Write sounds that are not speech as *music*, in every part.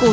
股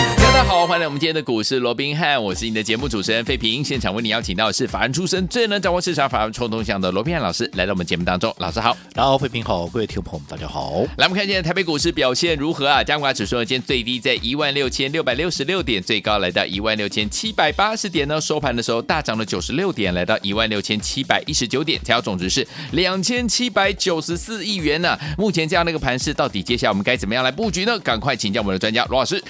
大家好，欢迎来我们今天的股市罗宾汉，我是你的节目主持人费平。现场为你邀请到的是法案出身、最能掌握市场法案冲动向的罗宾汉老师，来到我们节目当中。老师好，然后，费平好，各位听众朋友们，大家好。来我们看今天台北股市表现如何啊？加权指数呢，今天最低在一万六千六百六十六点，最高来到一万六千七百八十点呢。收盘的时候大涨了九十六点，来到一万六千七百一十九点，成交总值是两千七百九十四亿元呢、目前这样的一个盘势，到底接下来我们该怎么样来布局呢？赶快请教我们的专家罗老师。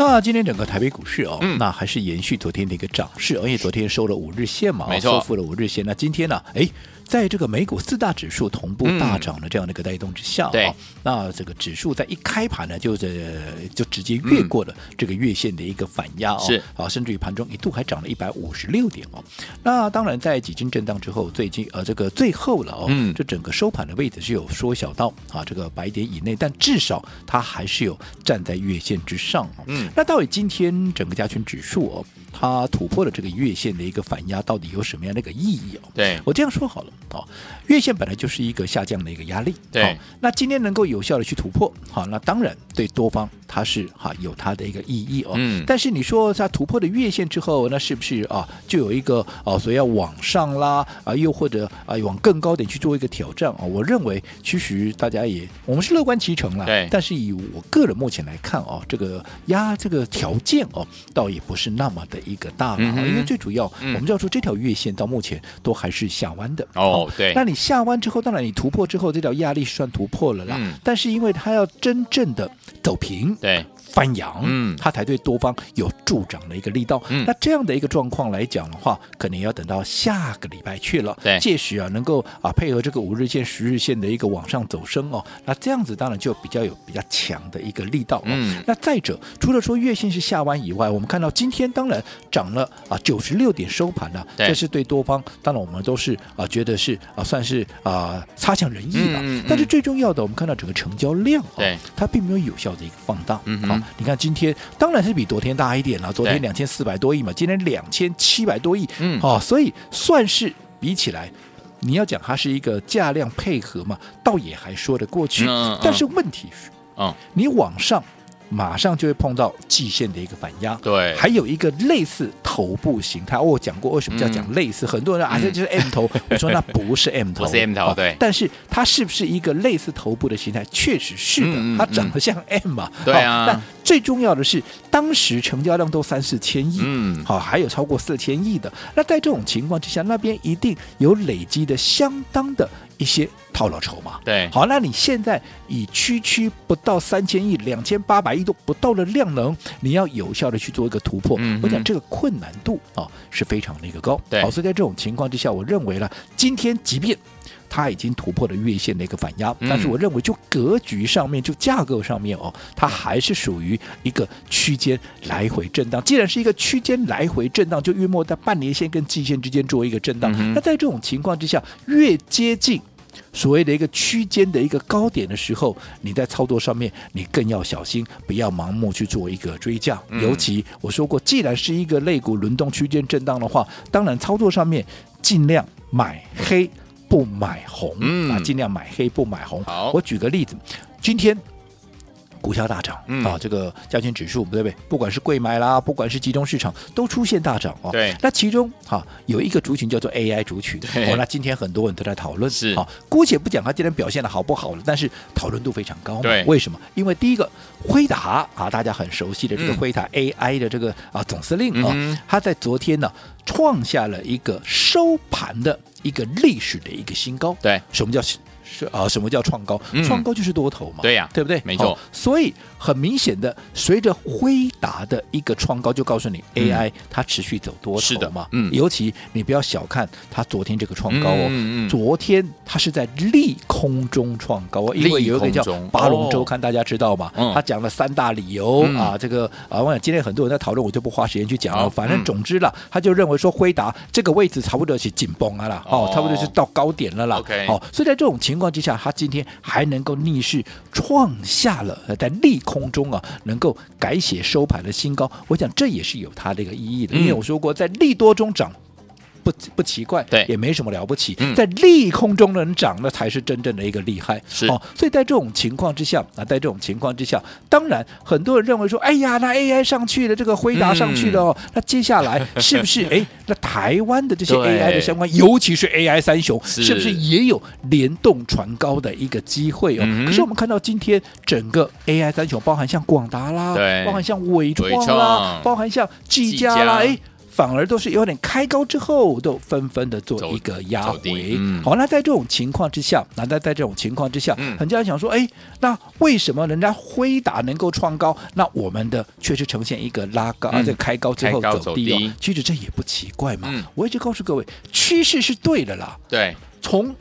那今天整个台北股市哦，嗯那还是延续昨天的一个涨势，而且昨天收了五日线嘛，哦没错收复了五日线。那今天呢、哎。在这个美股四大指数同步大涨的这样的一个带动之下、哦，嗯对那这个指数在一开盘呢，就是就直接越过了这个月线的一个反压哦，是啊，甚至于盘中一度还涨了一百五十六点哦。那当然，在几经震荡之后，最近呃这个最后了哦，嗯这整个收盘的位置是有缩小到啊这个百点以内，但至少它还是有站在月线之上哦。嗯那到底今天整个加权指数哦，它突破了这个月线的一个反压，到底有什么样的一个意义哦？对我这样说好了，好、月线本来就是一个下降的一个压力，对好那今天能够有效的去突破，好，那当然对多方它是哈有它的一个意义哦，嗯但是你说它突破了月线之后，那是不是啊就有一个啊所以要往上啦啊，又或者啊往更高点去做一个挑战啊？我认为其实大家也我们是乐观其成啦，对但是以我个人目前来看哦，这个压这个条件哦，倒也不是那么的一个大了，啊嗯哼因为最主要、嗯我们知道说这条月线到目前都还是下弯的啊哦对那你下弯之后，当然你突破之后，这条压力算突破了啦，嗯但是因为它要真正的走平，对，翻扬，嗯它才对多方有助长的一个力道。嗯那这样的一个状况来讲的话，可能要等到下个礼拜去了。对届时啊，能够啊配合这个五日线、十日线的一个往上走升哦，那这样子当然就比较有比较强的一个力道、哦。嗯那再者，除了说月线是下弯以外，我们看到今天当然涨了啊九十六点收盘了、对这是对多方当然我们都是啊觉得是啊算是啊差强人意了。嗯嗯嗯但是最重要的，我们看到整个成交量、哦，对它并没有有效的一个放大。嗯哼好，你看今天当然是比昨天大一点了，昨天对两千四百多亿嘛，今天两千七百多亿，嗯哦，所以算是比起来。你要讲它是一个价量配合嘛，倒也还说得过去。嗯嗯但是问题是，嗯，你往上马上就会碰到季线的一个反压。对还有一个类似头部形态，哦我有讲过为什么叫讲类似，很多人说啊嗯这就是 M *laughs* 头，我说那不是 M 头，不是 M 头好对但是它是不是一个类似头部的形态？确实是嗯嗯的，它长得像 M 嘛。哦对啊好那最重要的是，当时成交量都三四千亿，嗯好，还有超过四千亿的。那在这种情况之下，那边一定有累积的相当的一些套牢筹码。对，好，那你现在以区区不到三千亿、两千八百亿都不到的量能，你要有效的去做一个突破，嗯哼我讲这个困难度啊、是非常的一个高。对好，所以在这种情况之下，我认为呢，今天即便它已经突破了月线的一个反压，嗯但是我认为就格局上面、就架构上面哦，它还是属于一个区间来回震荡。既然是一个区间来回震荡，就约莫在半年线跟季线之间做一个震荡。嗯哼那在这种情况之下，越接近。所谓的一个区间的一个高点的时候，你在操作上面你更要小心，不要盲目去做一个追价。嗯尤其我说过，既然是一个类股轮动区间震荡的话，当然操作上面尽量买黑不买红，嗯啊，尽量买黑不买红。好我举个例子，今天。股票大涨、嗯啊，这个加权指数对不对？不管是贵买啦，不管是集中市场，都出现大涨哦。对那其中哈、有一个族群叫做 AI 族群，对哦，那今天很多人都在讨论，是好、姑且不讲它今天表现的好不好了，但是讨论度非常高嘛。对为什么？因为第一个，辉达啊，大家很熟悉的这个嗯辉达 AI 的这个啊总司令啊，嗯哼他在昨天呢创下了一个收盘的一个历史的一个新高。对，什么叫是啊？什么叫创高嗯？创高就是多头嘛，对呀对不对？没错好所以很明显的，随着辉达的一个创高，就告诉你 AI 它持续走嗯多是的头嘛。嗯尤其你不要小看它昨天这个创高哦，嗯嗯嗯昨天它是在利空中创高哦，因为有一利个空叫中巴龙周哦刊，大家知道嘛？嗯他讲了三大理由、嗯啊，这个啊，我想今天很多人在讨论，我就不花时间去讲好了。反正嗯总之啦，他就认为说辉达这个位置差不多是紧绷啊啦，哦哦，差不多是到高点了啦。 OK 哦，所以在这种情况之下，它今天还能够逆势创下了呃在利空中啊，能够改写收盘的新高。我想这也是有它的一个意义的，嗯因为我说过，在利多中涨。不不奇怪，对也没什么了不起，嗯在利空中能涨，那才是真正的一个厉害。是哦，所以在这种情况之下啊，在这种情况之下，当然很多人认为说，哎呀，那 AI 上去了，这个辉嗯达上去了哦，那接下来 *laughs* 是 *laughs* 不是哎，那台湾的这些对 AI 的相关，尤其是 AI 三雄，是是不是也有联动传高的一个机会哦？嗯哼可是我们看到今天整个 AI 三雄，包含像广达啦对，包含像伟创伟啦创，包含像技技嘉啦，嘉哎。反而都是有点开高之后，都纷纷的做走一个压走低回。嗯好，那在这种情况之下，那在在这种情况之下，嗯很多人想说，哎，那为什么人家辉达能够创高，那我们的却是呈现一个拉高，嗯而且开高之后开高走低走低哦？其实这也不奇怪嘛。嗯我一直告诉各位，趋势是对的啦。对，从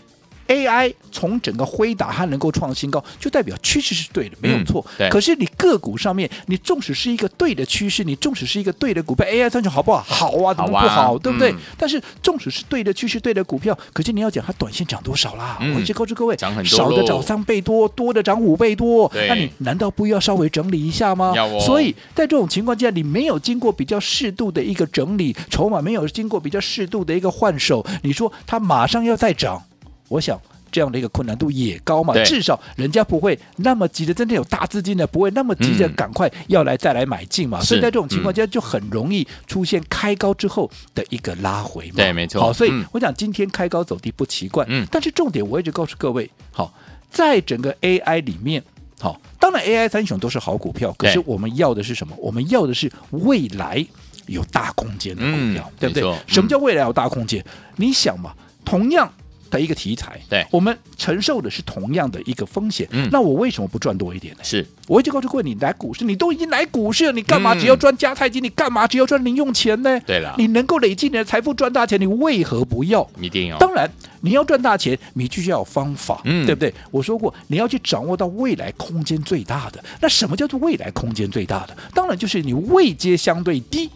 AI 从整个辉达它能够创新高，就代表趋势是对的，没有错。嗯对可是你个股上面，你纵使是一个对的趋势，你纵使是一个对的股哎票，AI 三雄好不好？好啊，怎么不好？好啊对不对？嗯但是纵使是对的趋势、对的股票，可是你要讲它短线涨多少啦？嗯我一直告诉各位，涨很多少的喽涨三倍多，多的涨五倍多对。那你难道不要稍微整理一下吗？要哦所以在这种情况下，你没有经过比较适度的一个整理，筹码没有经过比较适度的一个换手，你说它马上要再涨，我想。这样的一个困难度也高嘛对，至少人家不会那么急的，真正有大资金的不会那么急着嗯赶快要来再来买进嘛，是所以在这种情况下就很容易出现开高之后的一个拉回嘛。对没错好，所以嗯我想今天开高走低不奇怪，嗯但是重点我一直告诉各位，好，在整个 AI 里面，好，当然 AI 三雄都是好股票，可对是我们要的是什么？我们要的是未来有大空间的股票，嗯对不没对错？什么叫未来有大空间？你想嘛，同样。的一个题材，对我们承受的是同样的一个风险，嗯那我为什么不赚多一点呢？是我一直告诉过你，你来股市，你都已经来股市了，你干嘛只要赚加太金？你干嘛只要赚零用钱呢？嗯对了你能够累积你的财富赚大钱，你为何不要？一定要当然，你要赚大钱，你必须要有方法，嗯对不对？我说过，你要去掌握到未来空间最大的。那什么叫做未来空间最大的？当然就是你位阶相对低，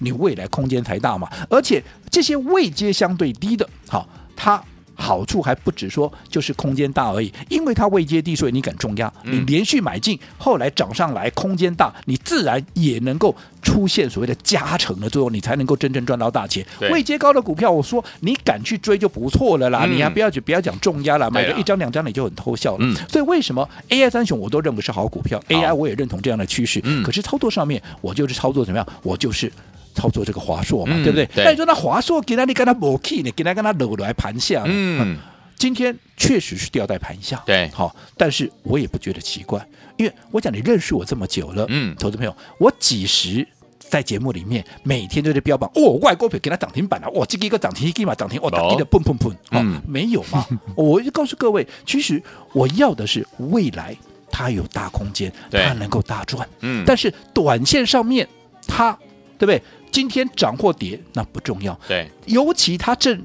你未来空间才大嘛。而且这些位阶相对低的，好，它。好处还不止说就是空间大而已，因为它位阶低，所以你敢重压，嗯你连续买进，后来涨上来，空间大，你自然也能够出现所谓的加成的作用，你才能够真正赚到大钱对。位阶高的股票，我说你敢去追就不错了啦，嗯你还不要去不要讲重压了，买对个啊一张两张你就很偷笑了。嗯所以为什么 AI 三雄我都认为是好股票，AI 我也认同这样的趋势，嗯可是操作上面我就是操作怎么样，我就是。操作这个华硕嘛，嗯对不对？对那你说那华硕给他你跟他磨 key，你给他跟他搂来盘下，嗯，今天确实是掉在盘下，对好，但是我也不觉得奇怪，因为我讲你认识我这么久了，嗯投资朋友，我几时在节目里面每天都在标榜，哦，外国票给它涨停板了、哇，这个一个涨停，一个嘛涨停，哦，打一的砰砰砰，哦，嗯没有 *laughs* 嘛，哦我就告诉各位，其实我要的是未来它有大空间，对它能够大赚，嗯但是短线上面它，对不对？今天涨或跌那不重要，对，尤其它正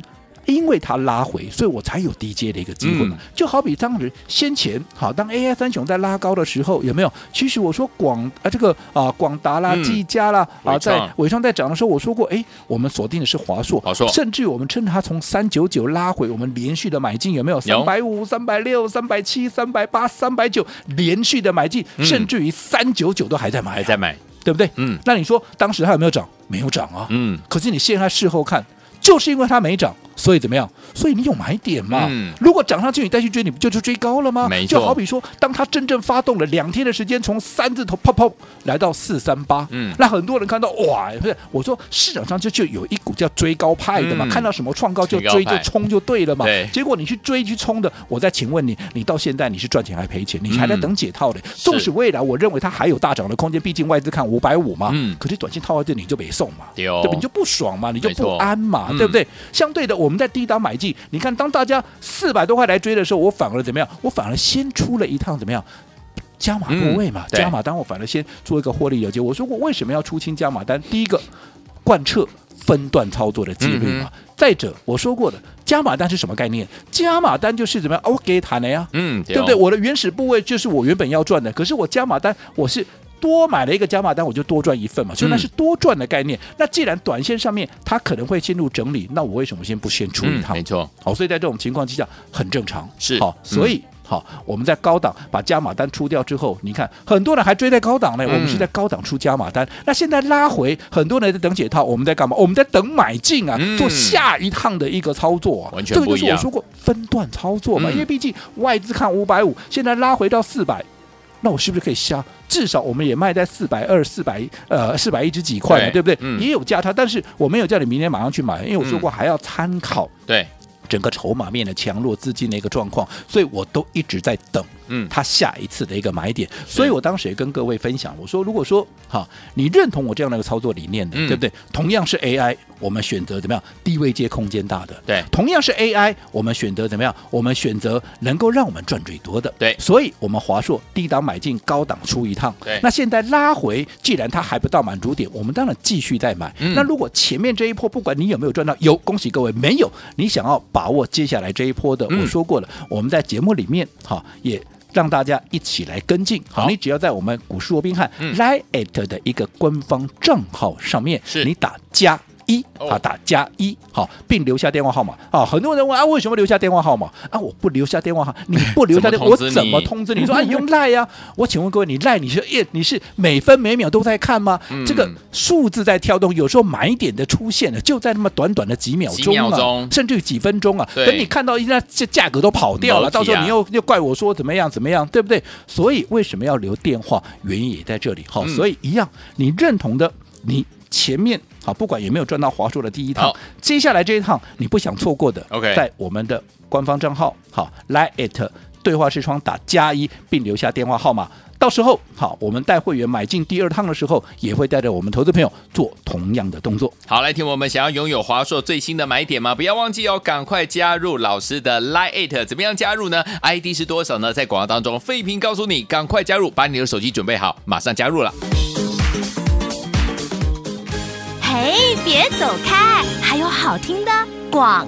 因为它拉回，所以我才有低阶的一个机会嘛。嗯就好比当时先前好，当 AI 三雄在拉高的时候，有没有？其实我说广啊这个啊广达啦、嗯技嘉啦啊，伟创在伟创在涨的时候，我说过，哎，我们锁定的是华硕，华硕甚至于我们趁它从三九九拉回，我们连续的买进，有没有？三百五、三百六、三百七、三百八、三百九，连续的买进，嗯甚至于三九九都还在买啊、还在买，对不对？嗯那你说当时它有没有涨？没有涨啊。嗯，可是你现在事后看，就是因为它没涨，所以怎么样？所以你有买点嘛？嗯如果涨上去你再去追，你不就就追高了吗？没错就好比说，当它真正发动了两天的时间，从三字头砰砰来到四三八，嗯那很多人看到哇，不是我说市场上就就有一股叫追高派的嘛，嗯看到什么创高就追高追派就冲就对了嘛。对结果你去追去冲的，我再请问你，你到现在你是赚钱还赔钱？你还在嗯等解套的。纵使未来我认为它还有大涨的空间，毕竟外资看五百五嘛，嗯可是短线套在这里你就没送嘛。对哦对吧？你就不爽嘛，你就没错不安嘛，嗯对不对？相对的，我们在低档买进，你看，当大家四百多块来追的时候，我反而怎么样？我反而先出了一趟怎么样？加码部位嘛嗯，对加码单我反而先做一个获利了结。我说我为什么要出清加码单？第一个贯彻分段操作的纪律嗯嘛。再者，我说过的加码单是什么概念？加码单就是怎么样？啊我给谈了呀，嗯，对不对？？我的原始部位就是我原本要赚的，可是我加码单我是。多买了一个加码单，我就多赚一份嘛，所以嗯那是多赚的概念。那既然短线上面它可能会进入整理，那我为什么先不先出一嗯，趟没？错，好，所以在这种情况之下很正常，是嗯好，所以。好，我们在高档把加码单出掉之后，你看很多人还追在高档呢，嗯我们是在高档出加码单。那现在拉回，很多人在等解套，我们在干嘛？我们在等买进啊，嗯做下一趟的一个操作、啊。完全这个不就一是我样说过分段操作嘛，嗯因为毕竟外资看五百五，现在拉回到四百。那我是不是可以下？至少我们也卖在四百二、四百呃四百一十几块了，对对不对？嗯也有价差，但是我没有叫你明天马上去买，因为我说嗯过还要参考对，整个筹码面的强弱、资金的一个状况，所以我都一直在等嗯，它下一次的一个买点。所以我当时也跟各位分享，我说如果说哈，你认同我这样的一个操作理念的，嗯对不对？同样是 AI，我们选择怎么样低位接空间大的，对同样是 AI，我们选择怎么样？我们选择能够让我们赚最多的，对所以我们华硕低档买进，高档出一趟，对那现在拉回，既然它还不到满足点，我们当然继续再买。嗯那如果前面这一波不管你有没有赚到，有恭喜各位，没有你想要把握接下来这一波的，嗯我说过了，我们在节目里面哈、也。让大家一起来跟进。好你只要在我们股市罗宾汉嗯 Line at 的一个官方账号上面，是你打加一哦啊，打加一好，并留下电话号码啊。很多人问啊，为什么留下电话号码啊？我不留下电话号，你不留下电 *laughs* 怎话，么通知我你怎么通知你说啊？你用赖呀、我请问各位，你赖你是耶？你是每分每秒都在看吗？嗯这个数字在跳动，有时候买点的出现了，就在那么短短的几秒几钟啊，秒钟甚至于几分钟啊。对等你看到一下这价格都跑掉了，毛起啊到时候你又又怪我说怎么样怎么样，对不对？所以为什么要留电话？原因也在这里。好，嗯所以一样，你认同的，你前面好，不管有没有赚到华硕的第一趟好，接下来这一趟你不想错过的 OK 在我们的官方账号好 line it 对话视窗打加一，并留下电话号码。到时候好，我们带会员买进第二趟的时候，也会带着我们投资朋友做同样的动作。好，来听我们想要拥有华硕最新的买点吗？不要忘记哦，赶快加入老师的 Line It，怎么样加入呢？ID 是多少呢？在广告当中，费平告诉你，赶快加入，把你的手机准备好，马上加入了。嘿，别走开，还有好听的广。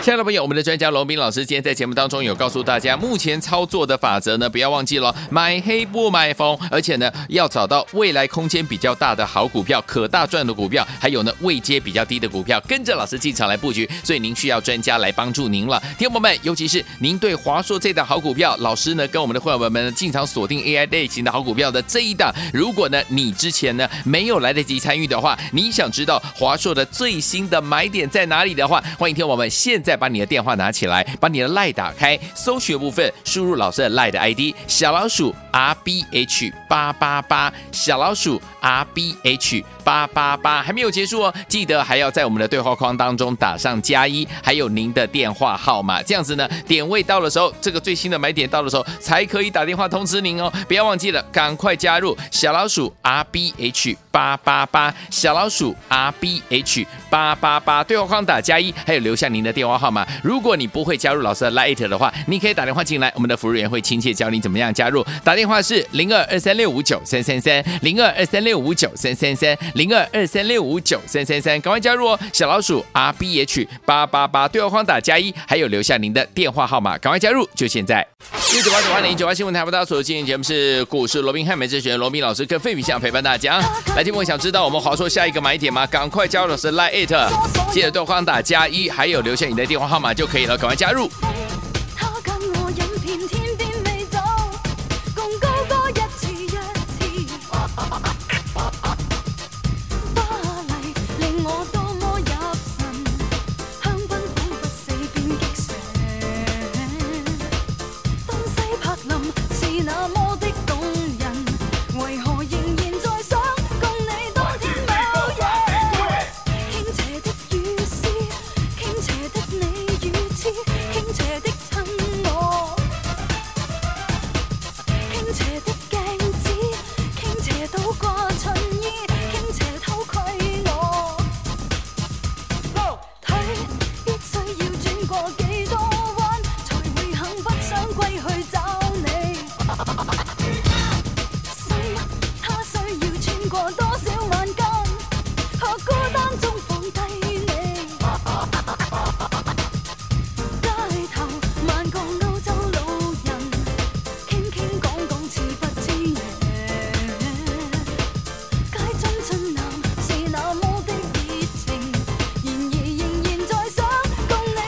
亲爱的朋友我们的专家龙斌老师今天在节目当中有告诉大家，目前操作的法则呢，不要忘记了买黑不买红，而且呢要找到未来空间比较大的好股票，可大赚的股票，还有呢位阶比较低的股票，跟着老师进场来布局。所以您需要专家来帮助您了，听众朋友们，尤其是您对华硕这档好股票，老师呢跟我们的会员们呢进场锁定 AI 类型的好股票的这一档，如果呢你之前呢没有来得及参与的话，你想知道华硕的最新的买点在哪里的话，欢迎听我们现在把你的电话拿起来，把你的 LINE 打开，搜寻部分输入老师的 LINE 的 ID 小老鼠 R B H 八八八，小老鼠 R B H 八八八，还没有结束哦，记得还要在我们的对话框当中打上加一，还有您的电话号码，这样子呢点位到的时候，这个最新的买点到的时候才可以打电话通知您哦，不要忘记了，赶快加入小老鼠 R B H 八八八，小老鼠 R B H 八八八，对话框打加一，还有留下您的电话号码。如果你不会加入老师的 Lite 的话，你可以打电话进来，我们的服务员会亲切教你怎么样加入。打电话是零二二三六五九三三三，零二二三六五九三三三，零二二三六五九三三三，赶快加入哦！小老鼠 R B H 八八八，对话框打加一，还有留下您的电话号码，赶快加入，就现在。一九八九八零九八新闻台，不大家所今天节目是股市罗宾汉美智选罗宾老师跟费米想陪伴大家。来听我想知道我们华硕下一个买点吗？赶快加入老师 Line It，记得对话框打加一，还有留下你的电话号码就可以了，赶快加入。他跟我饮遍天边美酒，共高歌一次一次。巴黎令我多么入神，香檳仿佛四边激射。東西柏林是那麼的動人，為何仍然在想共你當天某日？傾斜的雨絲，傾斜的你與痴，傾斜的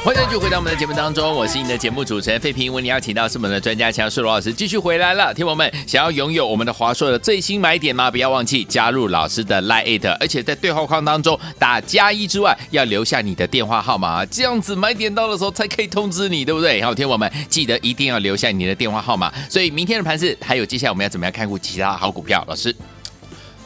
欢迎继续回到我们的节目当中，我是你的节目主持人费平。为你邀请到是我们的专家强硕罗老师继续回来了。听友们，想要拥有我们的华硕的最新买点吗？不要忘记加入老师的 Lite，而且在对话框当中打加一之外，要留下你的电话号码，这样子买点到的时候才可以通知你，对不对？好，听友们，记得一定要留下你的电话号码。所以明天的盘市还有接下来我们要怎么样看顾其他好股票？老师，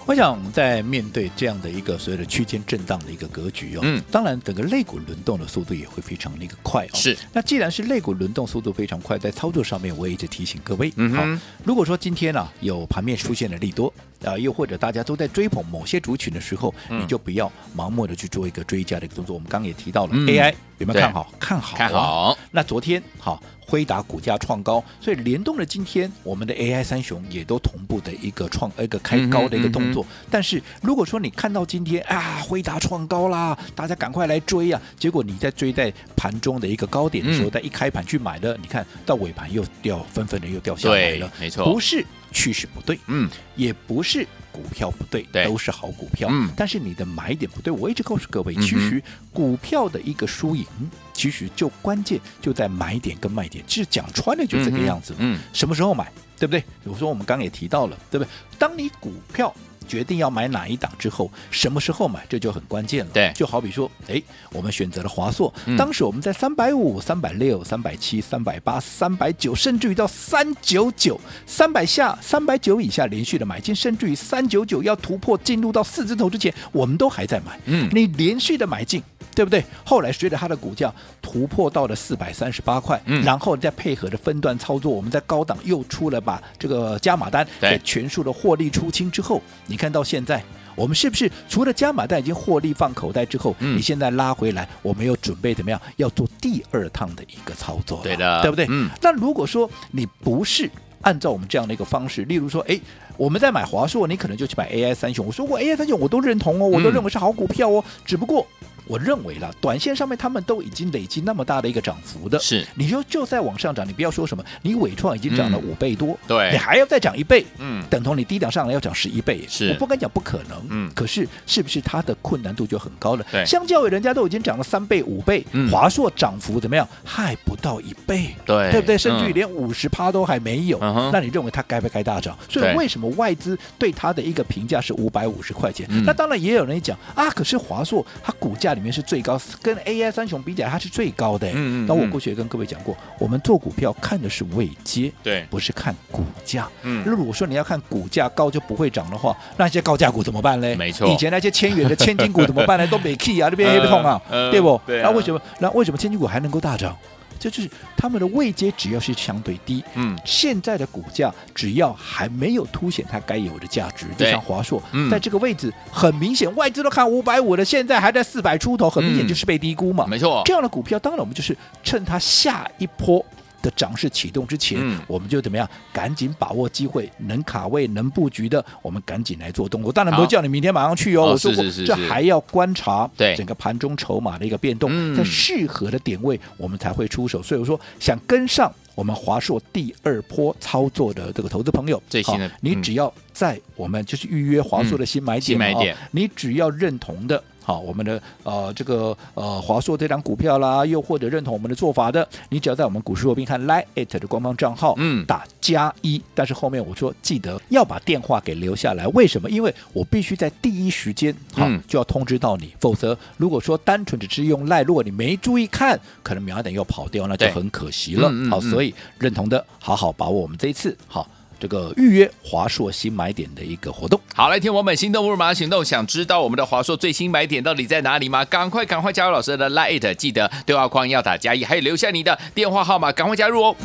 我想我们在面对这样的一个所谓的区间震荡的一个格局哦，嗯当然整个肋骨轮动的速度也会非常的一个快哦。是，那既然是肋骨轮动速度非常快，在操作上面我也一直提醒各位，嗯好哼，如果说今天呢、有盘面出现了利多啊、又或者大家都在追捧某些族群的时候，嗯你就不要盲目的去做一个追加的一个动作。我们刚刚也提到了、嗯 AI 有没有对看好？看好、啊，看好那昨天好，辉达股价创高，所以联动的今天，我们的 AI 三雄也都同步的一个创呃一个开高的一个动嗯作。但是如果说你看到今天啊，辉达创高啦，大家赶快来追啊，结果你在追在盘中的一个高点的时候，嗯在一开盘去买的，你看到尾盘又掉，纷纷的又掉下来对了，没错不是趋势不对，嗯，也不是股票不对，对都是好股票，嗯但是你的买点不对。我一直告诉各位，嗯哼其实股票的一个输赢，其实就关键就在买点跟卖点。其实讲穿了就这个样子嘛，嗯什么时候买，对不对？我说我们刚刚也提到了，对不对？当你股票决定要买哪一档之后，什么时候买，这就很关键了。对就好比说，哎，我们选择了华硕，嗯当时我们在三百五、三百六、三百七、三百八、三百九，甚至于到三九九、三百下、三百九以下连续的买进，甚至于三九九要突破进入到四字头之前，我们都还在买。嗯你连续的买进。对不对？后来随着它的股价突破到了四百三十八块，嗯然后再配合着分段操作，我们在高档又出了把这个加码单，对在全数的获利出清之后，你看到现在。我们是不是除了加码单已经获利放口袋之后，嗯你现在拉回来，我们又准备怎么样？要做第二趟的一个操作了，对的对不对？嗯那如果说你不是按照我们这样的一个方式，例如说，哎，我们在买华硕，你可能就去买 AI 三雄。我说过 AI 三雄我都认同哦，我都嗯认为是好股票哦，只不过。我认为啦，短线上面他们都已经累积那么大的一个涨幅的，是你就就在往上涨，你不要说什么，你伟创已经涨了嗯五倍多，对你还要再涨一倍，嗯等同你低档上来要涨十一倍耶，是我不敢讲不可能，嗯可是是不是它的困难度就很高了？对相较于人家都已经涨了三倍五倍，嗯华硕涨幅怎么样？还不到一倍，对对不对？甚至嗯于连五十趴都还没有，嗯哼那你认为它该不该大涨？所对以为什么外资对它的一个评价是五百五十块钱？嗯那当然也有人讲啊，可是华硕它股价里面是最高，跟 AI 三雄比起来它是最高的耶。嗯嗯那我嗯过去也跟各位讲过，我们做股票看的是位阶，对不是看股价。嗯如果说你要看股价高就不会涨的话，那些高价股怎么办嘞？没错以前那些千元的千金股怎么办呢？都没 key 啊，那边也痛啊，嗯嗯对不？对啊那为什么？那为什么千金股还能够大涨？这就是他们的位阶只要是相对低，嗯现在的股价只要还没有凸显它该有的价值，就对像华硕，嗯在这个位置很明显，外资都看五百五了，现在还在四百出头，很明显嗯就是被低估嘛。没错这样的股票，当然我们就是趁它下一波。的涨势启动之前，嗯我们就怎么样？赶紧把握机会，能卡位、能布局的，我们赶紧来做动作。当然不好是叫你明天马上去哦，哦我说过是是是这是还要观察对整个盘中筹码的一个变动，嗯在适合的点位，我们才会出手。所以我说，想跟上我们华硕第二波操作的这个投资朋友，最新的好你嗯只要在我们就是预约华硕的新买点嘛，嗯新买点哦你只要认同的。好，我们的呃这个呃华硕这张股票啦，又或者认同我们的做法的，你只要在我们股市罗宾汉 Line at 的官方账号，嗯打加一。但是后面我说记得要把电话给留下来，为什么？因为我必须在第一时间好、嗯就要通知到你，否则如果说单纯只是用 Line，如果你没注意看，可能秒点又跑掉，那就对很可惜了。嗯嗯好，嗯所以认同的，好好把握我们这一次好这个预约华硕新买点的一个活动。好，来听我们心动不如马上行动。想知道我们的华硕最新买点到底在哪里吗？赶快赶快加入老师的 Lite，记得对话框要打加一，还有留下你的电话号码，赶快加入哦。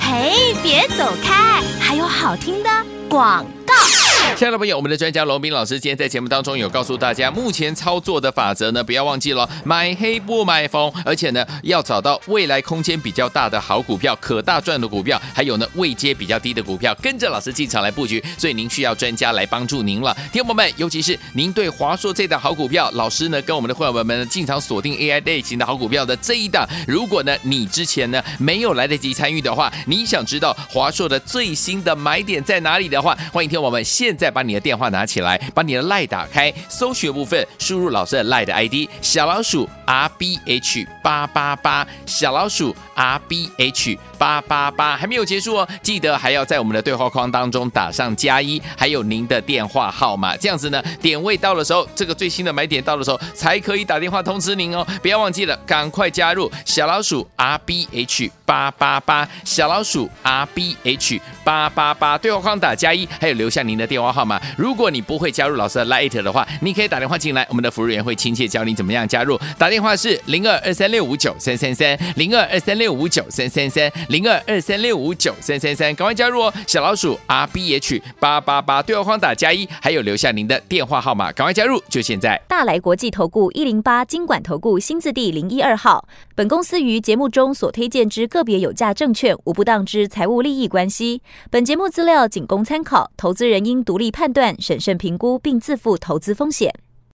嘿，别走开，还有好听的广告。亲爱的朋友，我们的专家龙斌老师今天在节目当中有告诉大家，目前操作的法则呢，不要忘记了买黑不买红，而且呢要找到未来空间比较大的好股票、可大赚的股票，还有呢位阶比较低的股票，跟着老师进场来布局。所以您需要专家来帮助您了。听众朋友们，尤其是您对华硕这档好股票，老师呢跟我们的会员们呢进场锁定 AI 类型的好股票的这一档，如果呢你之前呢没有来得及参与的话，你想知道华硕的最新的买点在哪里的话，欢迎听我们现在。在把你的电话拿起来，把你的 LINE 打开，搜寻部分输入老师的 LINE 的 ID 小老鼠 R B H 八八八，小老鼠 R B H 八八八，还没有结束哦，记得还要在我们的对话框当中打上加一，还有您的电话号码，这样子呢，点位到的时候，这个最新的买点到的时候，才可以打电话通知您哦，不要忘记了，赶快加入小老鼠 R B H 八八八，小老鼠 R B H 八八八，对话框打加一，还有留下您的电话号码。如果你不会加入老师的 Lite 的话，你可以打电话进来，我们的服务员会亲切教你怎么样加入。打电话是零二二三六五九三三三，零二二三六五九三三三，零二二三六五九三三三，赶快加入哦，小老鼠 R B H 八八八，对话框打加一，还有留下您的电话号码，赶快加入，就现在。大来国际投顾一零八金管投顾新字第零一二号。本公司于节目中所推荐之个别有价证券，无不当之财务利益关系。本节目资料仅供参考，投资人应独立判断、审慎评估，并自负投资风险。